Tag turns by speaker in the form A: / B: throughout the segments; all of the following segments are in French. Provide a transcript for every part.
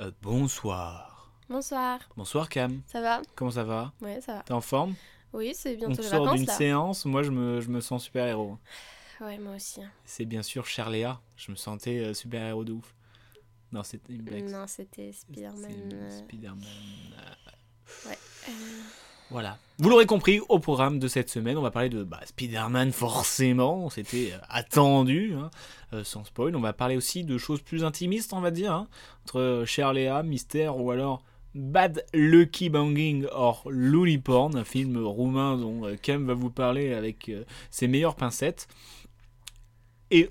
A: Euh, bonsoir.
B: Bonsoir,
A: Bonsoir Cam.
B: ça va
A: Comment ça va
B: Ouais, ça va.
A: T'es en forme
B: Oui, c'est
A: On
B: bientôt les
A: sort
B: vacances
A: d'une
B: là.
A: séance, moi je me, je me sens super-héros.
B: Ouais, moi aussi. hein.
A: C'est bien sûr Cher Léa, je me sentais euh, super-héros de ouf. Non, c'était une blague.
B: Non, c'était Spider-Man.
A: C'est
B: euh,
A: Spider-Man, euh,
B: Ouais.
A: Voilà. Vous l'aurez compris, au programme de cette semaine, on va parler de bah, Spider-Man forcément, c'était euh, attendu, hein, euh, sans spoil. On va parler aussi de choses plus intimistes, on va dire, hein, entre euh, Cher Léa, Mystère ou alors Bad Lucky Banging or Looney Porn, un film roumain dont euh, Cam va vous parler avec euh, ses meilleures pincettes. Et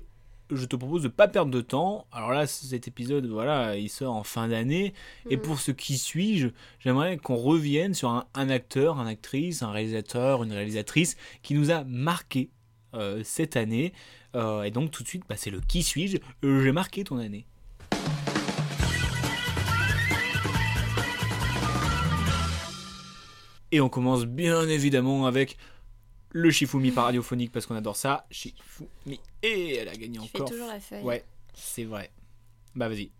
A: je te propose de pas perdre de temps. Alors là, cet épisode, voilà, il sort en fin d'année. Et
B: Mm.
A: pour ce qui suit, je- j'aimerais qu'on revienne sur un, un acteur, une actrice, un réalisateur, une réalisatrice qui nous a marqué euh, cette année. Euh, et donc tout de suite, bah, c'est le qui suis-je. Euh, J'ai marqué ton année. Et on commence bien évidemment avec le Shifumi par radiophonique parce qu'on adore ça. Shifumi. Et elle a gagné
B: Tu fais
A: encore.
B: toujours la feuille.
A: Ouais, c'est vrai. Bah vas-y.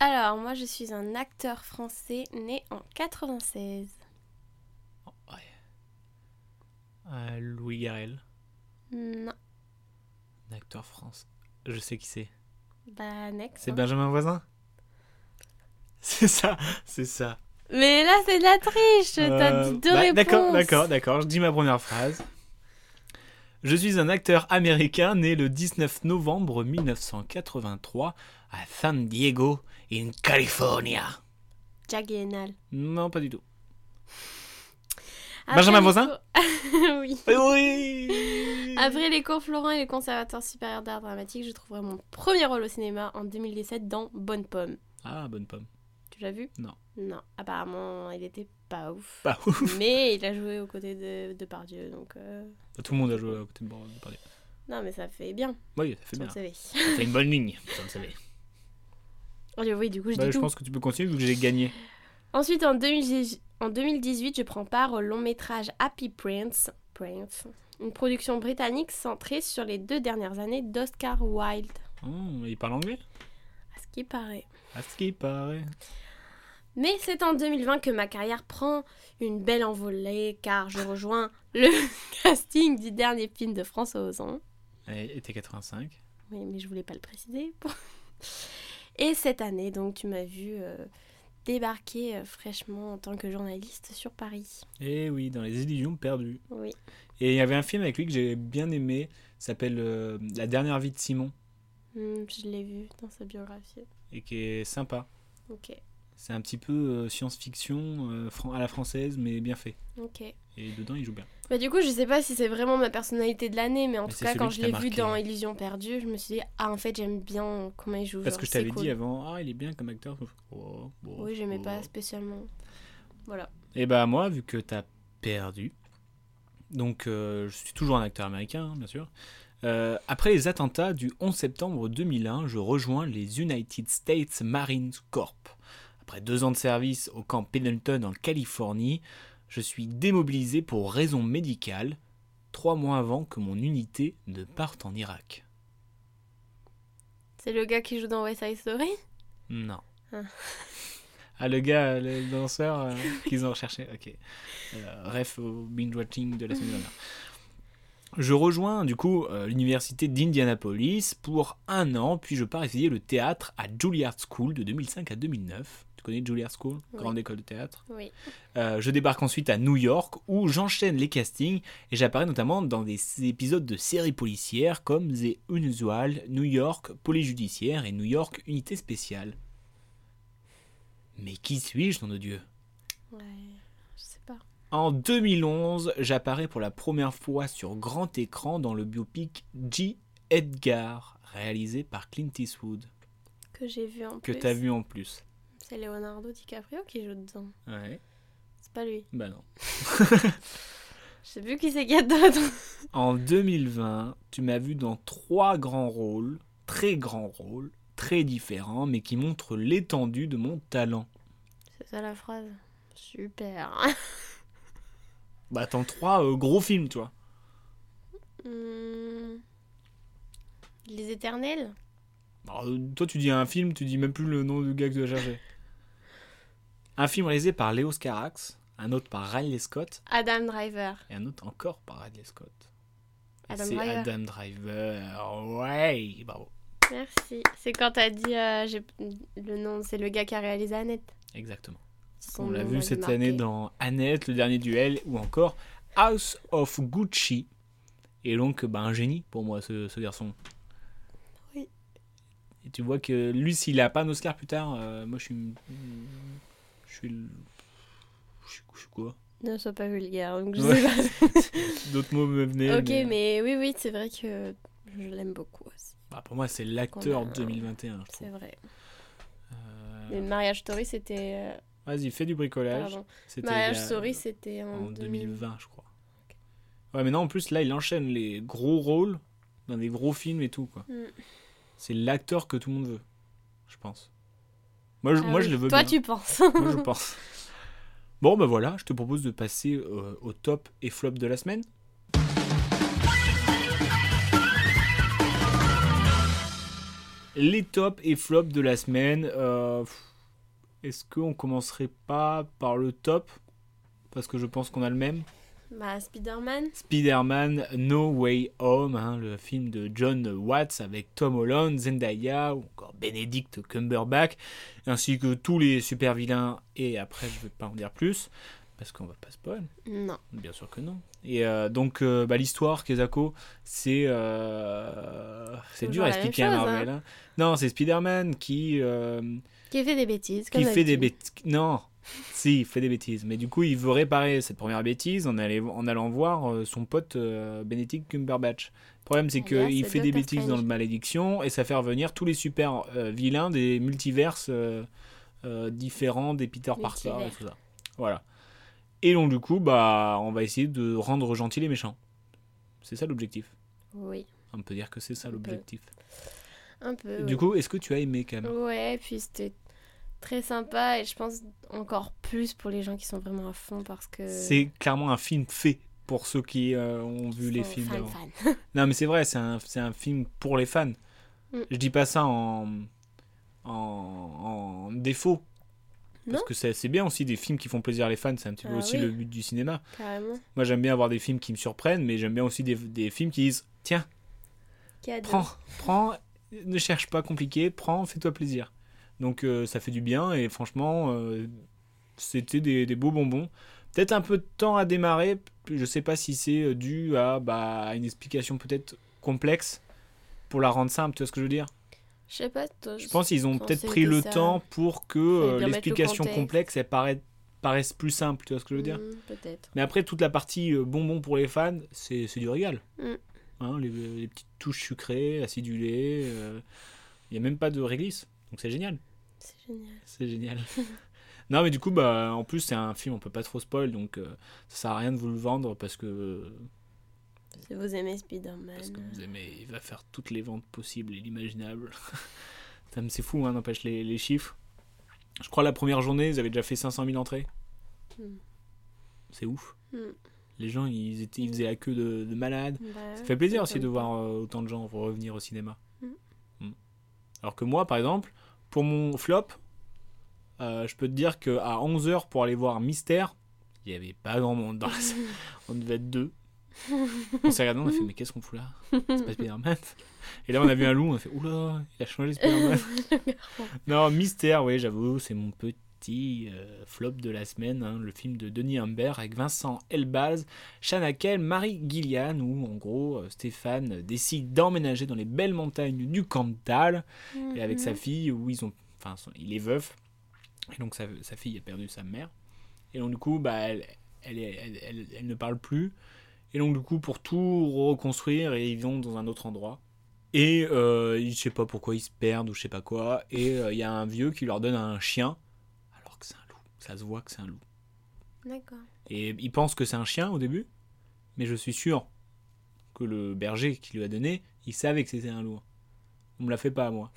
B: Alors, moi, je suis un acteur français né en 96.
A: Euh, Louis Garel,
B: Non,
A: un acteur France. Je sais qui c'est.
B: bah, next.
A: C'est
B: hein.
A: Benjamin Voisin C'est ça, c'est ça.
B: Mais là, c'est de la triche T'as
A: Euh,
B: dit deux
A: bah,
B: réponses
A: D'accord, d'accord, d'accord. Je dis ma première phrase. Je suis un acteur américain né le 19 novembre 1983 à San Diego, in California.
B: Jack Guénal.
A: Non, pas du tout.
B: Après
A: Benjamin
B: les
A: Voisin
B: cours- Oui. Ah,
A: Oui
B: Après les cours Florent et les conservateurs supérieurs d'art dramatique, je trouverai mon premier rôle au cinéma en 2017 dans Bonne Pomme.
A: Ah, bonne pomme.
B: Tu l'as vu
A: Non.
B: Non, apparemment, il était pas ouf.
A: Bah, ouf.
B: Mais il a joué aux côtés de, de Pardieu, donc... euh,
A: Bah, Tout le monde a joué à côté de Bordeaux. pardon. Bah
B: Non, mais ça fait bien,
A: Oui, ça fait
B: sur
A: bien.
B: le CV.
A: Ça fait une bonne ligne, ça le savait.
B: Oui, oui, du coup, je
A: Bah,
B: dis
A: je
B: tout.
A: pense que tu peux continuer vu que j'ai gagné.
B: Ensuite, en, 2010 en 2018, je prends part au long-métrage Happy Prince, Prince, une production britannique centrée sur les deux dernières années d'Oscar Wilde,
A: Oh, il parle anglais
B: à ce qui paraît.
A: À ce qui paraît.
B: Mais c'est en 2020 que ma carrière prend une belle envolée, car je rejoins le casting du dernier film de François Ozon.
A: Et et t'es 85.
B: Oui, mais je voulais pas le préciser. Bon. Et cette année, donc, tu m'as vu euh, débarquer euh, fraîchement en tant que journaliste sur Paris.
A: Eh oui, dans les illusions perdues.
B: Oui.
A: Et il y avait un film avec lui que j'ai bien aimé, ça s'appelle euh, La dernière vie de Simon,
B: Hmm, je l'ai vu dans sa biographie.
A: et qui est sympa.
B: Ok.
A: C'est un petit peu euh, science-fiction euh, fran- à la française, mais bien fait.
B: Ok.
A: Et dedans, il joue bien.
B: Bah, du coup, je sais pas si c'est vraiment ma personnalité de l'année, mais en
A: Mais
B: tout
A: c'est
B: cas,
A: celui
B: quand
A: qui
B: je
A: t'a
B: l'ai
A: marqué.
B: vu dans Illusion perdue, je me suis dit, ah, en fait, j'aime bien comment il joue.
A: Parce
B: genre,
A: que je
B: c'est
A: t'avais
B: cool.
A: dit avant, ah, il est bien comme acteur. Oh, bon,
B: Oui, j'aimais pas
A: oh.
B: spécialement. Voilà.
A: Et bah moi, vu que t'as perdu, donc euh, je suis toujours un acteur américain, hein, bien sûr. Euh, après les attentats du 11 septembre 2001, je rejoins les United States Marines Corps. Après deux ans de service au camp Pendleton en Californie, je suis démobilisé pour raison médicale, trois mois avant que mon unité ne parte en Irak.
B: C'est le gars qui joue dans West Side Story
A: Non.
B: Ah.
A: Ah, le gars, le danseur euh, qu'ils ont recherché. Ok. Euh, ref au binge-watching de la semaine dernière. Je rejoins du coup euh, l'université d'Indianapolis pour un an, puis je pars étudier le théâtre à Juilliard School de 2005 à 2009. Tu connais Juilliard School
B: Oui.
A: Grande école de théâtre.
B: Oui.
A: Euh, je débarque ensuite à New York où j'enchaîne les castings et j'apparais notamment dans des s- épisodes de séries policières comme The Unusual, New York, Police Judiciaire et New York Unité Spéciale. Mais qui suis-je, nom de Dieu
B: Ouais. Je sais pas.
A: en 2011, j'apparais pour la première fois sur grand écran dans le biopic G. Edgar, réalisé par Clint Eastwood.
B: que j'ai vu en
A: que
B: plus.
A: t'as vu en plus.
B: C'est Leonardo DiCaprio qui joue dedans.
A: Ouais.
B: C'est pas lui.
A: Bah non.
B: Je sais plus qui c'est qui a dedans.
A: En 2020, tu m'as vu dans trois grands rôles, très grands rôles, très différents, mais qui montrent l'étendue de mon talent.
B: C'est ça la phrase. Super.
A: Bah attends, trois euh, gros films, tu vois.
B: Hmm. Les éternels
A: Alors, euh, toi, tu dis un film, tu dis même plus le nom du gars que tu vas chercher. un film réalisé par Léo Scarax, un autre par Riley Scott,
B: Adam Driver.
A: et un autre encore par Riley Scott.
B: Adam
A: C'est
B: Driver.
A: Adam Driver. Ouais, bravo.
B: Merci. C'est quand t'as dit euh, j'ai- le nom, c'est le gars qui a réalisé Annette.
A: Exactement.
B: Son
A: On l'a
B: nom
A: vu
B: m'avait
A: cette
B: marqué.
A: année dans Annette, le dernier duel, ou encore House of Gucci. Et donc, bah, un génie pour moi, ce, ce garçon.
B: Oui.
A: Et tu vois que lui, s'il a pas un Oscar plus tard, euh, moi je suis. une- Je suis. le- Je suis, je suis quoi
B: Ne sois pas vulgaire, donc je
A: Ouais.
B: sais pas.
A: D'autres mots me venaient.
B: ok, mais oui, oui, c'est vrai que je l'aime beaucoup aussi.
A: Bah, pour moi, c'est l'acteur
B: Qu'on a-
A: 2021, je trouve.
B: C'est vrai.
A: Euh,
B: Mais Mariage Story, c'était. euh,
A: Vas-y, fais du bricolage.
B: pardon.
A: C'était il
B: Mariage
A: y a-
B: Story, c'était en,
A: en
B: 2020.
A: 2020, je crois. Ouais, mais non, en plus, là, il enchaîne les gros rôles dans des gros films et tout, quoi.
B: Mm.
A: C'est l'acteur que tout le monde veut, je pense. Moi, je,
B: Ah
A: moi,
B: oui.
A: je le veux
B: Toi,
A: bien.
B: tu penses.
A: Moi, je pense. Bon, ben voilà, je te propose de passer euh, au top et flop de la semaine. Les tops et flops de la semaine. euh, pff, Est-ce qu'on commencerait pas par le top Parce que je pense qu'on a le même.
B: bah, Spider-Man.
A: Spider-Man No Way Home, hein, le film de John Watts avec Tom Holland, Zendaya ou encore Benedict Cumberbatch, ainsi que tous les super vilains. Et après, je ne vais pas en dire plus parce qu'on va pas spoil.
B: Non.
A: Bien sûr que non. Et euh, donc, euh, bah, l'histoire, Kezako, c'est. euh, c'est dur
B: Toujours
A: à
B: la même
A: expliquer à
B: chose,
A: Marvel. hein. Non, c'est Spider-Man qui. euh,
B: Qui fait des bêtises. Comme
A: qui fait des
B: d'habitude.
A: bêtises. Non, si, il fait des bêtises. Mais du coup, il veut réparer cette première bêtise en, allait- en allant voir euh, son pote euh, Benedict Cumberbatch. Le problème, c'est
B: Ah, là,
A: qu'il
B: c'est
A: fait des
B: Doctor
A: bêtises dans
B: Strange.
A: le Malédiction et ça fait revenir tous les super euh, vilains des multiverses euh, euh, différents des Peter Parker et
B: Multivers.
A: tout ça. Voilà. Et donc, du coup, bah, on va essayer de rendre gentils les méchants. C'est ça l'objectif.
B: Oui.
A: On peut dire que c'est ça
B: Un peu.
A: l'objectif.
B: Un peu.
A: Du
B: oui.
A: coup, est-ce que tu as aimé quand même
B: Ouais, puis c'était très sympa et je pense encore plus pour les gens qui sont vraiment à fond parce que.
A: C'est clairement un film fait pour ceux qui euh, ont vu les
B: sont
A: films
B: fan,
A: d'avant.
B: fan.
A: Non, mais c'est vrai, c'est un, c'est un film pour les fans.
B: Mm.
A: Je dis pas ça en, en, en défaut. Parce
B: Non.
A: que c'est c'est bien aussi des films qui font plaisir à les fans, c'est un petit peu
B: Ah
A: aussi
B: oui.
A: le but du cinéma.
B: Carrément.
A: Moi j'aime bien avoir des films qui me surprennent, mais j'aime bien aussi des, des films qui disent tiens,
B: Cadeau.
A: prends, prends, ne cherche pas compliqué, prends, fais-toi plaisir. Donc euh, ça fait du bien et franchement, euh, c'était des, des beaux bonbons. Peut-être un peu de temps à démarrer, je sais pas si c'est euh, dû à, bah, à une explication peut-être complexe pour la rendre simple, tu vois ce que je veux dire
B: Je sais pas. toi,
A: Je pense qu'ils ont peut-être
B: Censé
A: pris
B: aider
A: le
B: ça.
A: temps pour que
B: bien
A: euh,
B: mettre le
A: l'explication
B: contexte.
A: complexe elle paraît- paraisse plus simple, tu vois ce que je veux dire
B: Hmm, Peut-être.
A: mais après, toute la partie euh, bonbon pour les fans, c'est c'est du régal.
B: Mm.
A: Hein, les, les petites touches sucrées, acidulées. Il n'y a même pas de réglisse. Donc c'est génial.
B: C'est génial.
A: C'est génial. non, mais du coup, bah, en plus, c'est un film, on peut pas trop spoil. Donc euh, ça sert à rien de vous le vendre parce que,
B: Si vous aimez
A: parce que
B: Spider-Man.
A: vous aimez. Il va faire toutes les ventes possibles et l'imaginable. Putain, mais c'est fou, hein, n'empêche les, les chiffres. Je crois la première journée, ils avaient déjà fait 500 000 entrées.
B: Mm.
A: C'est ouf.
B: Hmm,
A: Les gens, ils, étaient, ils faisaient la queue de, de malade.
B: bah
A: Ça
B: ouais,
A: fait plaisir aussi
B: m'étonne
A: de
B: pas.
A: voir euh, autant de gens revenir au cinéma.
B: Mm.
A: Mm. Alors que moi, par exemple, pour mon flop, euh, je peux te dire qu'à 11h pour aller voir Mystère, il n'y avait pas grand monde dans la salle. On devait être deux. On s'est regardé, on a fait Mais qu'est-ce qu'on fout là C'est pas Spider-Man. Et là, on a vu un loup, on a fait Oula, il a changé Spider-Man. non, Mystère, oui, j'avoue, c'est mon petit euh, flop de la semaine. hein, le film de Denis Humbert avec Vincent Elbaz Chanakel, Marie Gillian, où en gros euh, Stéphane décide d'emménager dans les belles montagnes du Cantal
B: Hmm,
A: et avec
B: Mhm.
A: sa fille où ils ont, enfin, son- il est veuf et donc sa, sa fille a perdu sa mère et donc du coup bah elle, elle, est- elle- elle- elle ne parle plus et donc du coup pour tout reconstruire et ils vont dans un autre endroit Et euh, ils- je sais pas pourquoi ils se perdent ou je sais pas quoi. Et euh, il y a un vieux qui leur donne un chien, alors que c'est un loup. Ça se voit que c'est un loup.
B: D'accord.
A: Et il pense que c'est un chien au début, mais je suis sûr que le berger qui lui a donné, il savait que c'était un loup. On me la fait pas à moi.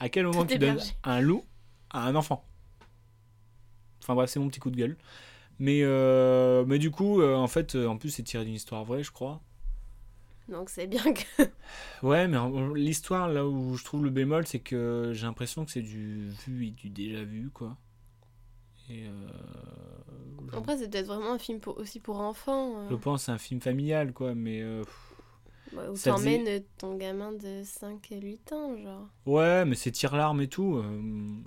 A: À quel moment
B: Tout
A: tu
B: est
A: donnes
B: berger.
A: un loup à un enfant Enfin bref, c'est mon petit coup de gueule. Mais, euh, mais du coup, euh, en fait, euh, en plus, c'est tiré d'une histoire vraie, je crois.
B: Donc c'est bien que.
A: Ouais, mais en- l'histoire, là où je trouve le bémol, c'est que j'ai l'impression que c'est du vu et du déjà vu, quoi. Et euh,
B: Après, c'est peut-être vraiment un film pour- aussi pour enfants. euh,
A: je pense que c'est un film familial, quoi, mais... euh,
B: bah, où
A: ça
B: t'emmènes euh, ton gamin de 5 à 8 ans, genre.
A: Ouais, mais c'est tire l'arme et tout. euh,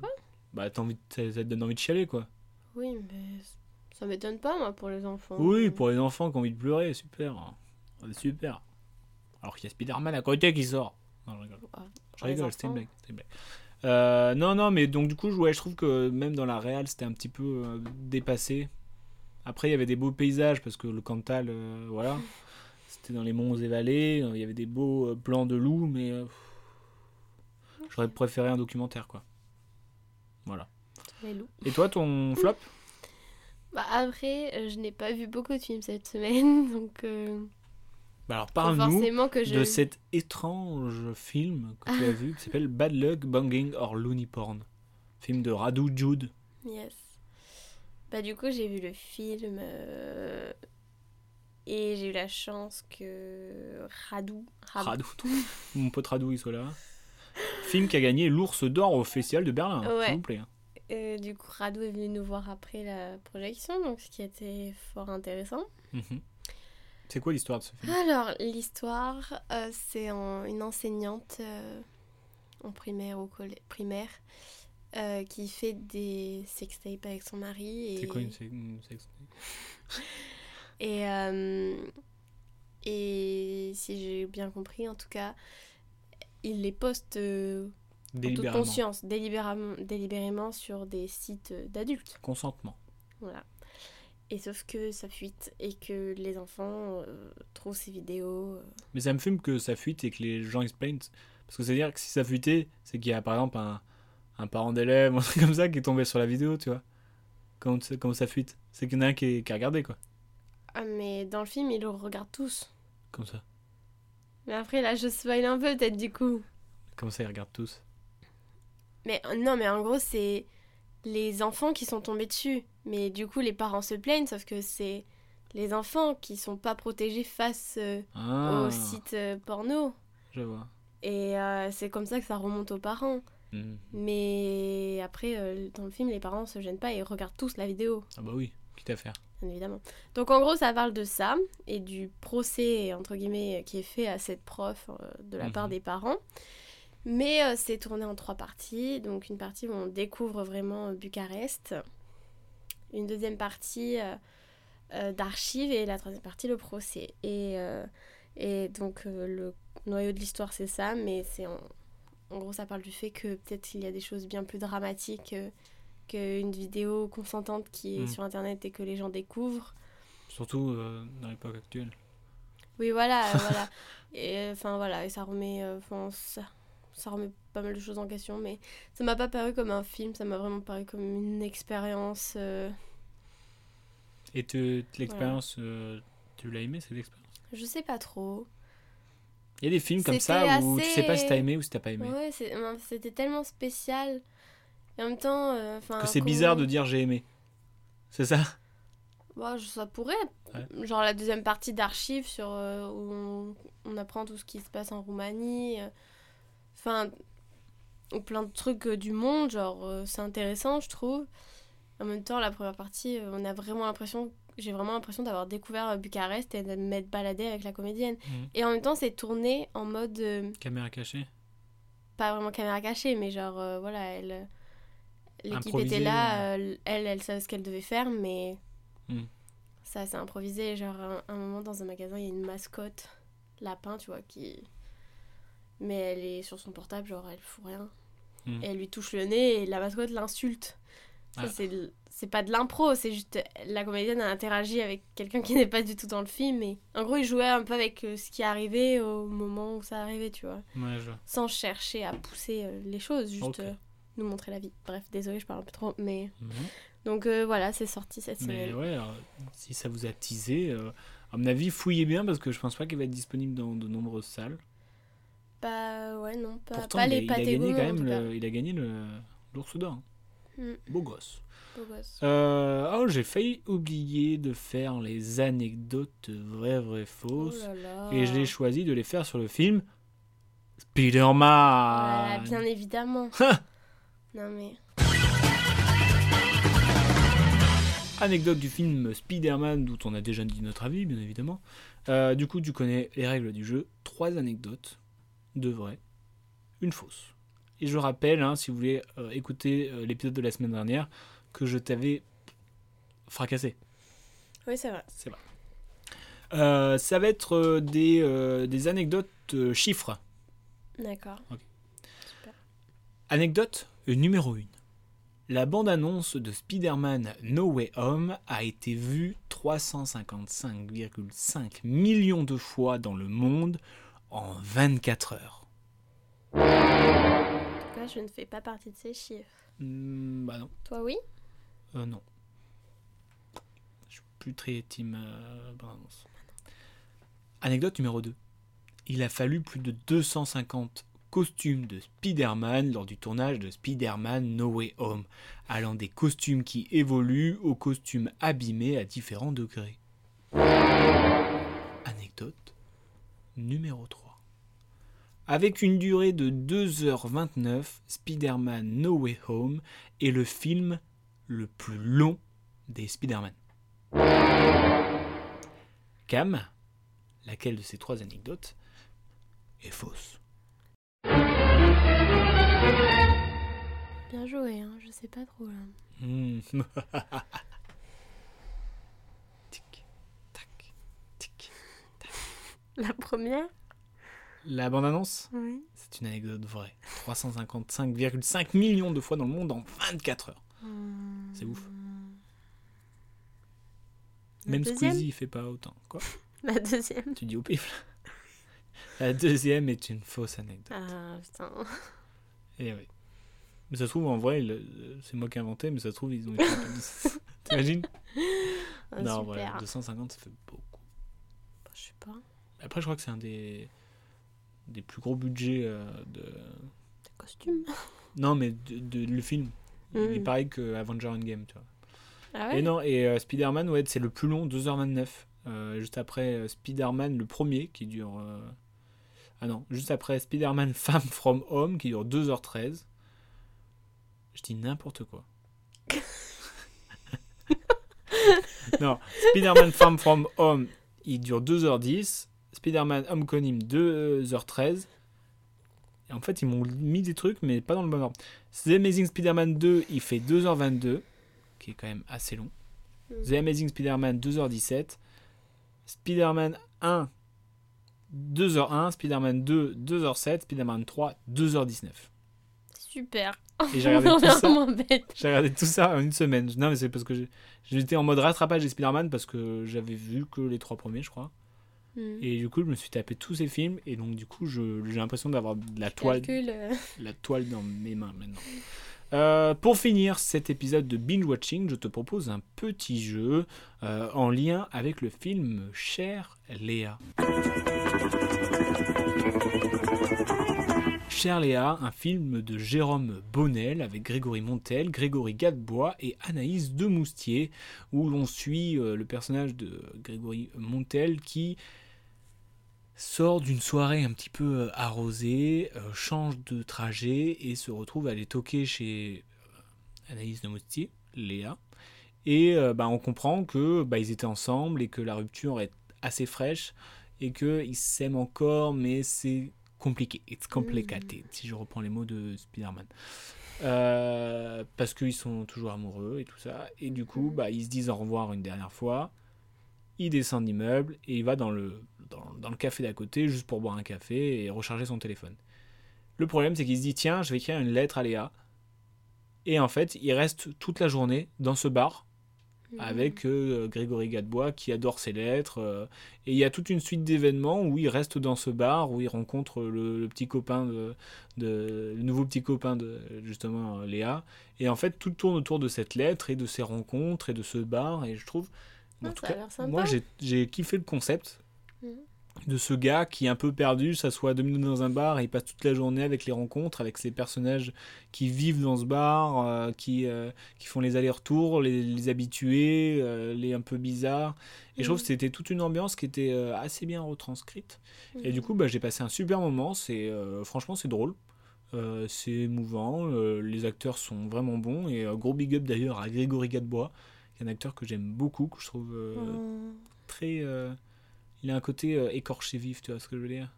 A: bah, t'as envie de- ça, ça te donne envie de chialer, quoi.
B: Oui, mais c- ça m'étonne pas, moi, pour les enfants.
A: Oui, pour les enfants qui ont envie de pleurer, super. Ah, bah, Super. Alors qu'il y a Spider-Man à côté qui sort. Non, je rigole.
B: Ah,
A: Je
B: pour les
A: rigole, c'était une
B: enfants.
A: blague. c'était une blague. Euh, non, non, mais donc du coup, je- ouais, je trouve que même dans la réal, c'était un petit peu euh, dépassé. Après, il y avait des beaux paysages parce que le Cantal, euh, voilà, c'était dans les monts et vallées. euh, Il y avait des beaux euh, plans de loups, mais euh, pff, j'aurais préféré un documentaire, quoi. Voilà.
B: Les loups.
A: Et toi, ton flop
B: Bah, après, euh, je n'ai pas vu beaucoup de films cette semaine, donc. euh,
A: Bah Alors,
B: faut
A: parle-nous
B: forcément que je. Ah.
A: de cet étrange film que tu as vu qui s'appelle Bad Luck, Banging or Looney Porn. Film de Radu Jude.
B: Yes. Bah du coup j'ai vu le film euh, et j'ai eu la chance que Radou, Rab-
A: Radou. Mon pote Radou, il soit là. Film qui a gagné l'ours d'or au Festival de Berlin, hein,
B: Ouais.
A: s'il vous plaît. hein.
B: euh, du coup Radou est venu nous voir après la projection donc ce qui était fort intéressant.
A: Mhm. C'est quoi l'histoire de ce film
B: Alors l'histoire euh, c'est en- une enseignante euh, en primaire au collège primaire euh, qui fait des sextapes avec son mari et
A: C'est quoi une, sé- une sex-
B: Et, euh, et si j'ai bien compris, en tout cas, il les poste euh, en toute
A: Délibérément.
B: conscience, délibérément, délibérément sur des sites euh, d'adultes.
A: Consentement.
B: Voilà. Et sauf que ça fuite et que les enfants euh, trouvent ces vidéos. euh.
A: Mais ça me fume que ça fuite et que les gens ils se plaignent. Parce que c'est-à-dire que si ça fuitait, c'est qu'il y a par exemple un, un parent d'élève, un truc comme ça, qui est tombé sur la vidéo, tu vois. Comment, ça- comment ça fuite C'est qu'il y en a un qui, est- qui a regardé, quoi.
B: Ah, mais dans le film, ils le regardent tous.
A: Comme ça.
B: Mais après, là, je spoil un peu, peut-être, du coup.
A: Comme ça, ils regardent tous.
B: Mais euh, non, mais en gros, c'est les enfants qui sont tombés dessus. Mais du coup, les parents se plaignent, sauf que c'est les enfants qui sont pas protégés face euh,
A: Ah,
B: aux sites euh, porno.
A: je vois.
B: Et euh, c'est comme ça que ça remonte aux parents.
A: Mhm.
B: Mais après, euh, dans le film, les parents se gênent pas et regardent tous la vidéo,
A: Ah bah oui, quitte à faire.
B: bien évidemment. Donc en gros, ça parle de ça et du procès, entre guillemets, euh, qui est fait à cette prof euh, de la part
A: Mhm.
B: des parents. Mais euh, c'est tourné en trois parties. Donc une partie où on découvre vraiment euh, Bucarest, une deuxième partie euh, euh, d'archives et la troisième partie le procès. Et, euh, et donc euh, le noyau de l'histoire c'est ça, mais c'est en, en gros ça parle du fait que peut-être il y a des choses bien plus dramatiques euh, qu'une vidéo consentante qui est
A: Mhm.
B: sur internet et que les gens découvrent.
A: Surtout euh, dans l'époque actuelle.
B: Oui voilà, euh, voilà. Et euh, enfin voilà, et ça remet, euh, enfin, ça, ça remet pas mal de choses en question, mais ça m'a pas paru comme un film, ça m'a vraiment paru comme une expérience. euh,
A: Et te- te l'expérience, euh, tu l'as aimé cette expérience
B: je sais pas trop.
A: Il y a des films comme
B: C'était
A: ça où tu sais pas si
B: assez-
A: t'as aimé ou si t'as pas aimé.
B: Ouais, c'est- euh, c'était tellement spécial. Et en même temps, euh, enfin.
A: que c'est
B: qu'on-
A: bizarre de dire j'ai aimé. C'est ça
B: Bah, je- ça pourrait. être- Genre la deuxième partie d'archives sur euh, où on, on apprend tout ce qui se passe en Roumanie. euh, Enfin, ou plein de trucs euh, du monde. Genre, euh, c'est intéressant, je trouve. En même temps, la première partie, euh, on a vraiment l'impression. J'ai vraiment l'impression d'avoir découvert euh, Bucarest et de m'être baladée avec la comédienne.
A: Mhm.
B: Et en même temps, c'est tourné en mode. euh,
A: Caméra cachée
B: pas vraiment caméra cachée, mais genre, euh, voilà, elle. euh, L'équipe
A: Improvisé,
B: était là, euh, elle, elle savait ce qu'elle devait faire, mais.
A: Hmm.
B: Ça, c'est improvisé. Genre, un, un moment, dans un magasin, il y a une mascotte, lapin, tu vois, qui. Mais elle est sur son portable, genre, elle fout rien.
A: Hmm.
B: Et elle lui touche le nez et la mascotte l'insulte. Ça,
A: Ah.
B: c'est de- C'est pas de l'impro, c'est juste la comédienne a interagi avec quelqu'un qui n'est pas du tout dans le film. Et... En gros, il jouait un peu avec euh, ce qui arrivait au moment où ça arrivait, tu vois.
A: Ouais, je...
B: Sans chercher à pousser euh, les choses, juste
A: Ok.
B: euh, nous montrer la vie. Bref, désolé, je parle un peu trop. Mais...
A: Mhm.
B: Donc euh, voilà, c'est sorti cette
A: Mais
B: semaine.
A: ouais, alors, si ça vous a teasé, euh, à mon avis, fouillez bien parce que je pense pas qu'il va être disponible dans de nombreuses salles.
B: Bah ouais, non, pas,
A: Pourtant,
B: pas
A: il, a,
B: les
A: il a gagné
B: Patagons,
A: quand
B: en
A: même
B: tout cas.
A: le- il a gagné le l'ours d'or. hein.
B: Mm.
A: Beau gosse.
B: Beau gosse.
A: Euh, oh, j'ai failli oublier de faire les anecdotes vraies, vraies,
B: Oh
A: fausses.
B: là là.
A: et j'ai choisi de les faire sur le film Spider-Man.
B: Voilà, bien évidemment. non mais.
A: Anecdote du film Spider-Man, dont on a déjà dit notre avis, bien évidemment. Euh, du coup, tu connais les règles du jeu. Trois anecdotes, deux vraies, une fausse. Et je rappelle, hein, si vous voulez euh, écouter euh, l'épisode de la semaine dernière, que je t'avais fracassé.
B: Oui, c'est vrai.
A: C'est vrai. Euh, ça va être euh, des, euh, des anecdotes euh, chiffres.
B: D'accord.
A: Ok.
B: Super.
A: Anecdote numéro 1. La bande-annonce de Spider-Man No Way Home a été vue 355,5 millions de fois dans le monde en 24 heures.
B: Là, je ne fais pas partie de ces chiffres.
A: Hmm, bah non,
B: Toi, oui
A: Euh, non. Je suis plus très team euh, bande-annonce. Anecdote numéro 2. Il a fallu plus de 250 costumes de Spider-Man lors du tournage de Spider-Man No Way Home, allant des costumes qui évoluent aux costumes abîmés à différents degrés. Anecdote numéro 3. Avec une durée de 2h29, Spider-Man No Way Home est le film le plus long des Spider-Man. Cam, laquelle de ces trois anecdotes est fausse
B: Bien joué, hein. je sais pas trop là.
A: Hmm. Tic, tac, tic.
B: La première
A: La bande-annonce,
B: Oui.
A: c'est une anecdote vraie. 355,5 millions de fois dans le monde en 24 heures. C'est ouf.
B: La
A: Même
B: deuxième
A: Squeezie, il fait pas autant. Quoi
B: La deuxième
A: Tu dis au pif. là. La deuxième est une fausse anecdote.
B: Ah putain.
A: Eh oui. Mais ça se trouve, en vrai, il- euh, c'est moi qui ai inventé, mais ça se trouve, ils ont été un peu dix- T'imagines
B: Ah,
A: Non,
B: super.
A: voilà, 250, ça fait beaucoup.
B: Bah, je sais pas.
A: Après, je crois que c'est un des... des plus gros budgets euh, de.
B: Des costumes.
A: Non, mais de, de- le film. Il est
B: Mm.
A: pareil que Avenger Endgame, tu vois.
B: Ah
A: Et
B: ouais
A: non, et euh, Spider-Man, ouais, c'est le plus long, 2h29. Euh, juste après euh, Spider-Man, le premier, qui dure. euh, Ah non, juste après Spider-Man Femme from Home, qui dure 2h13. Je dis n'importe quoi. non, Spider-Man Femme from Home, il dure 2h10. Spider-Man Homecoming, 2h13. Et en fait, ils m'ont mis des trucs, mais pas dans le bon ordre. The Amazing Spider-Man 2, il fait 2h22 qui est quand même assez long.
B: Mm.
A: The Amazing Spider-Man 2h17, Spider-Man 1 2h01, Spider-Man 2 2h07, Spider-Man 3 2h19.
B: Super.
A: Et j'ai regardé tout ça.
B: vraiment bête.
A: J'ai regardé tout ça en une semaine. Non, mais c'est parce que j'ai- j'étais en mode rattrapage des Spider-Man parce que j'avais vu que les trois premiers, je crois.
B: Mm.
A: Et du coup, je me suis tapé tous ces films et donc du coup, je- j'ai l'impression d'avoir de la toile
B: Calcul. euh,
A: la toile dans mes mains maintenant. Euh, pour finir cet épisode de binge watching, je te propose un petit jeu euh, en lien avec le film Cher Léa. Cher Léa, un film de Jérôme Bonnel avec Grégory Montel, Grégory Gadebois et Anaïs Demoustier, où l'on suit euh, le personnage de Grégory Montel qui sort d'une soirée un petit peu euh, arrosée, euh, change de trajet et se retrouve à aller toquer chez euh, Anaïs de Moustier, Léa. Et euh, bah, on comprend que bah, ils étaient ensemble et que la rupture est assez fraîche et qu'ils s'aiment encore, mais c'est compliqué. It's complicated, si je reprends les mots de Spider-Man. Euh, parce qu'ils sont toujours amoureux et tout ça. Et du coup, bah, ils se disent au revoir une dernière fois il descend d'immeuble et il va dans le, dans, dans le café d'à côté juste pour boire un café et recharger son téléphone. Le problème, c'est qu'il se dit tiens, je vais écrire une lettre à Léa. Et en fait, il reste toute la journée dans ce bar
B: Mmh. hmm.
A: avec euh, Grégory Gadebois qui adore ses lettres. euh, et il y a toute une suite d'événements où il reste dans ce bar, où il rencontre le, le petit copain de, de- le nouveau petit copain de justement euh, Léa. Et en fait, tout tourne autour de cette lettre et de ces rencontres et de ce bar. Et je trouve,
B: Ah,
A: en tout
B: ça a
A: cas,
B: l'air sympa.
A: moi j'ai- j'ai kiffé le concept
B: Mhm.
A: de ce gars qui est un peu perdu, s'assoit deux minutes dans un bar et il passe toute la journée avec les rencontres, avec ces personnages qui vivent dans ce bar, euh, qui, euh, qui font les allers-retours, les, les habitués, euh, les un peu bizarres. Et je trouve
B: Mhm.
A: que c'était toute une ambiance qui était euh, assez bien retranscrite. Et
B: Mhm.
A: du coup, bah, j'ai passé un super moment. C'est euh, franchement, c'est drôle. Euh, c'est émouvant. Euh, les acteurs sont vraiment bons. Et euh, gros big up d'ailleurs à Grégory Gadebois, qui est un acteur que j'aime beaucoup, que je trouve euh,
B: Oh,
A: très. euh, il a un côté euh, écorché vif, tu vois ce que je veux dire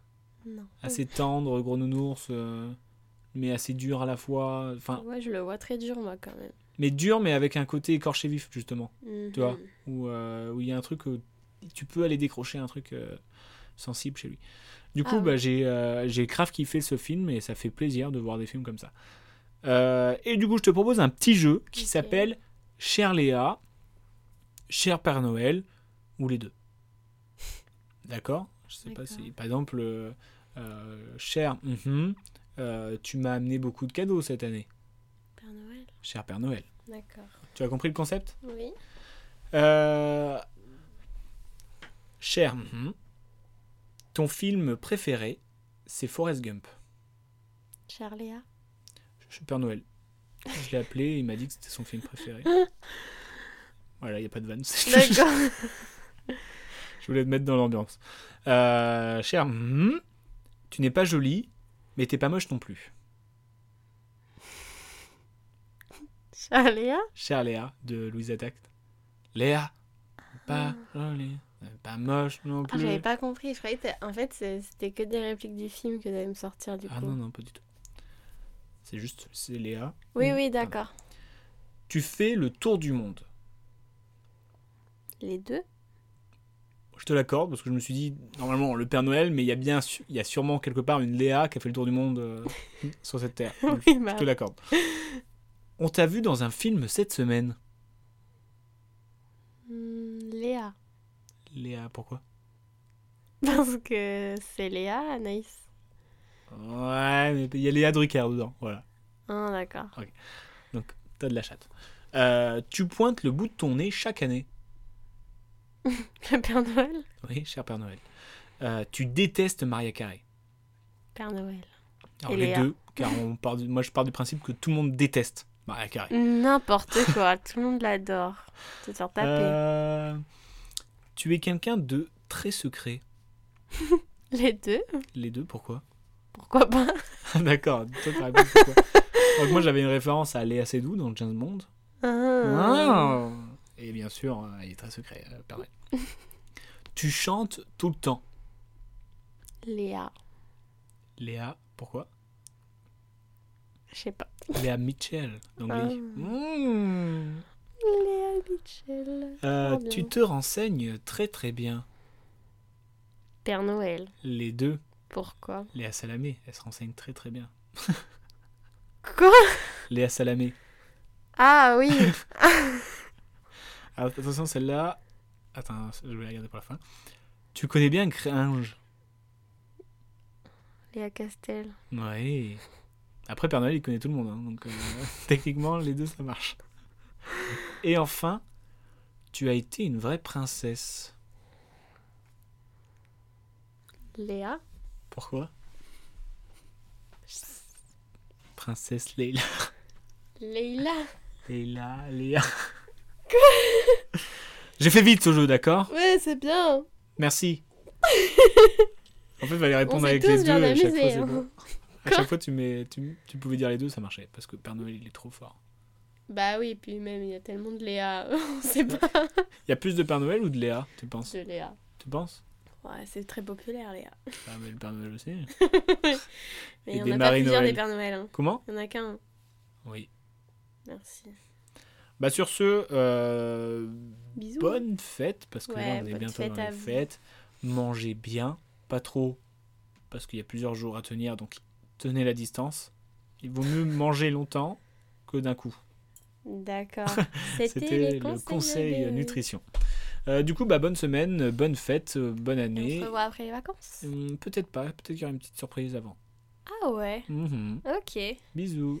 B: non.
A: Assez tendre, gros nounours, euh, mais assez dur à la fois. Enfin,
B: Hmm. Ouais, je le vois très dur, moi, quand même. Hmm.
A: mais dur, mais avec un côté écorché vif, justement.
B: Tu
A: vois. Où euh, où il y a un truc où tu peux aller décrocher un truc euh, sensible chez lui. Du coup,
B: Ah oui.
A: bah, j'ai euh, j'ai grave kiffé ce film et ça fait plaisir de voir des films comme ça. Euh, et du coup, je te propose un petit jeu qui
B: Ok.
A: s'appelle Cher Léa, Cher Père Noël ou les deux. D'accord Je sais pas
B: D'accord.
A: si, par exemple, euh, euh, Cher, mhm, euh, tu m'as amené beaucoup de cadeaux cette année.
B: Père Noël.
A: Cher Père Noël.
B: D'accord.
A: Tu as compris le concept
B: Oui.
A: euh, Cher, mhm. ton film préféré, c'est Forrest Gump.
B: Charléa.
A: Je suis Père Noël. Je l'ai appelé et il m'a dit que c'était son film préféré. Voilà, il n'y a pas de vanne.
B: D'accord.
A: Je voulais te mettre dans l'ambiance. Euh, cher, mhm. tu n'es pas jolie, mais t'es pas moche non plus.
B: Charléa.
A: Cher Léa de Louise Attaque. Léa, pas jolie, pas moche non
B: Ah,
A: plus.
B: j'avais pas compris. Je croyais que t'as- en fait, c'est- c'était que des répliques du film que t'allais me sortir, du coup.
A: ah non, non, pas du tout. C'est juste, c'est Léa.
B: Oui,
A: Ah.
B: oui, d'accord.
A: Tu fais le tour du monde.
B: Les deux.
A: Je te l'accorde parce que je me suis dit normalement le Père Noël, mais il y a bien, su- il y a sûrement quelque part une Léa qui a fait le tour du monde euh, sur cette terre. Donc,
B: Oui,
A: Je
B: bah,
A: te l'accorde. On t'a vu dans un film cette semaine.
B: hmm, Léa.
A: Léa, pourquoi
B: Parce que c'est Léa, Anaïs.
A: Ouais, mais il y a Léa Drucker dedans. Voilà,
B: Ah, d'accord.
A: t'as de la chatte. Euh, tu pointes le bout de ton nez chaque année.
B: Le Père Noël
A: Oui, cher Père Noël. Euh, tu détestes Maria Carré.
B: Père Noël.
A: Alors
B: Et
A: les
B: Léa.
A: deux, car on part du- moi je pars du principe que tout le monde déteste Maria Carré.
B: Mmh, N'importe quoi. Tout le monde l'adore. Tu te faire taper.
A: Euh, tu es quelqu'un de très secret.
B: Les deux.
A: Les deux, pourquoi
B: Pourquoi pas
A: D'accord, toi t'as répondu pourquoi. Donc moi j'avais une référence à Léa Seydoux dans James Bond.
B: Ah.
A: Et bien sûr, euh, il est très secret, euh, Père Noël. tu chantes tout le temps.
B: Léa.
A: Léa, pourquoi
B: Je sais pas.
A: Léa Mitchell, d'anglais.
B: Ah.
A: Mmh.
B: Léa Mitchell.
A: Euh,
B: Oh, bien.
A: tu te renseignes très très bien.
B: Père Noël.
A: Les deux,
B: Pourquoi
A: Léa Salamé, elle se renseigne très très bien.
B: Quoi
A: Léa Salamé.
B: Ah oui.
A: Ah, attention, celle-là. Attends, je vais la garder pour la fin. Tu connais bien Cringe
B: Léa Castel.
A: Ouais. Après, Père Noël, il connaît tout le monde. hein, donc, euh, techniquement, les deux, ça marche. Et enfin, tu as été une vraie princesse.
B: Léa.
A: Pourquoi Princesse Leila.
B: Leïla.
A: Leila, Léa. J'ai fait vite ce jeu, d'accord
B: Ouais, c'est bien.
A: Merci. En fait, il fallait
B: On
A: répondre
B: s'est
A: avec
B: tous
A: les deux.
B: bien
A: à chaque fois,
B: amusés,
A: c'est
B: hein.
A: bon. À chaque fois, tu, mets, tu, tu pouvais dire les deux, ça marchait. Parce que Père Noël, il est trop fort.
B: Bah oui, puis même, il y a tellement de Léa. On sait pas.
A: Il y a plus de Père Noël ou de Léa, tu penses
B: De Léa.
A: Tu penses
B: Ouais, c'est très populaire, Léa.
A: Ah, mais le Père Noël aussi.
B: Mais
A: Et des
B: il n'y en a pas
A: Marie
B: plusieurs
A: Noël.
B: des Pères Noël. hein.
A: Comment
B: Il n'y en a qu'un.
A: Oui.
B: Merci.
A: Bah, sur ce, euh,
B: Bisous.
A: bonne fête, parce que
B: Ouais,
A: là, on est
B: bonne
A: bientôt
B: fête
A: dans
B: à
A: les
B: vous.
A: fêtes. Mangez bien, pas trop, parce qu'il y a plusieurs jours à tenir, donc tenez la distance. Il vaut mieux manger longtemps que que d'un coup.
B: D'accord. C'était
A: C'était
B: les
A: le
B: conseils
A: conseil
B: de-
A: nutrition. Euh, du coup, bah, bonne semaine, bonne fête, euh, bonne
B: Et On
A: année.
B: se revoit après les vacances.
A: Hum, peut-être pas, peut-être qu'il y aura une petite surprise avant.
B: Ah ouais.
A: Mhm.
B: Ok.
A: Bisous.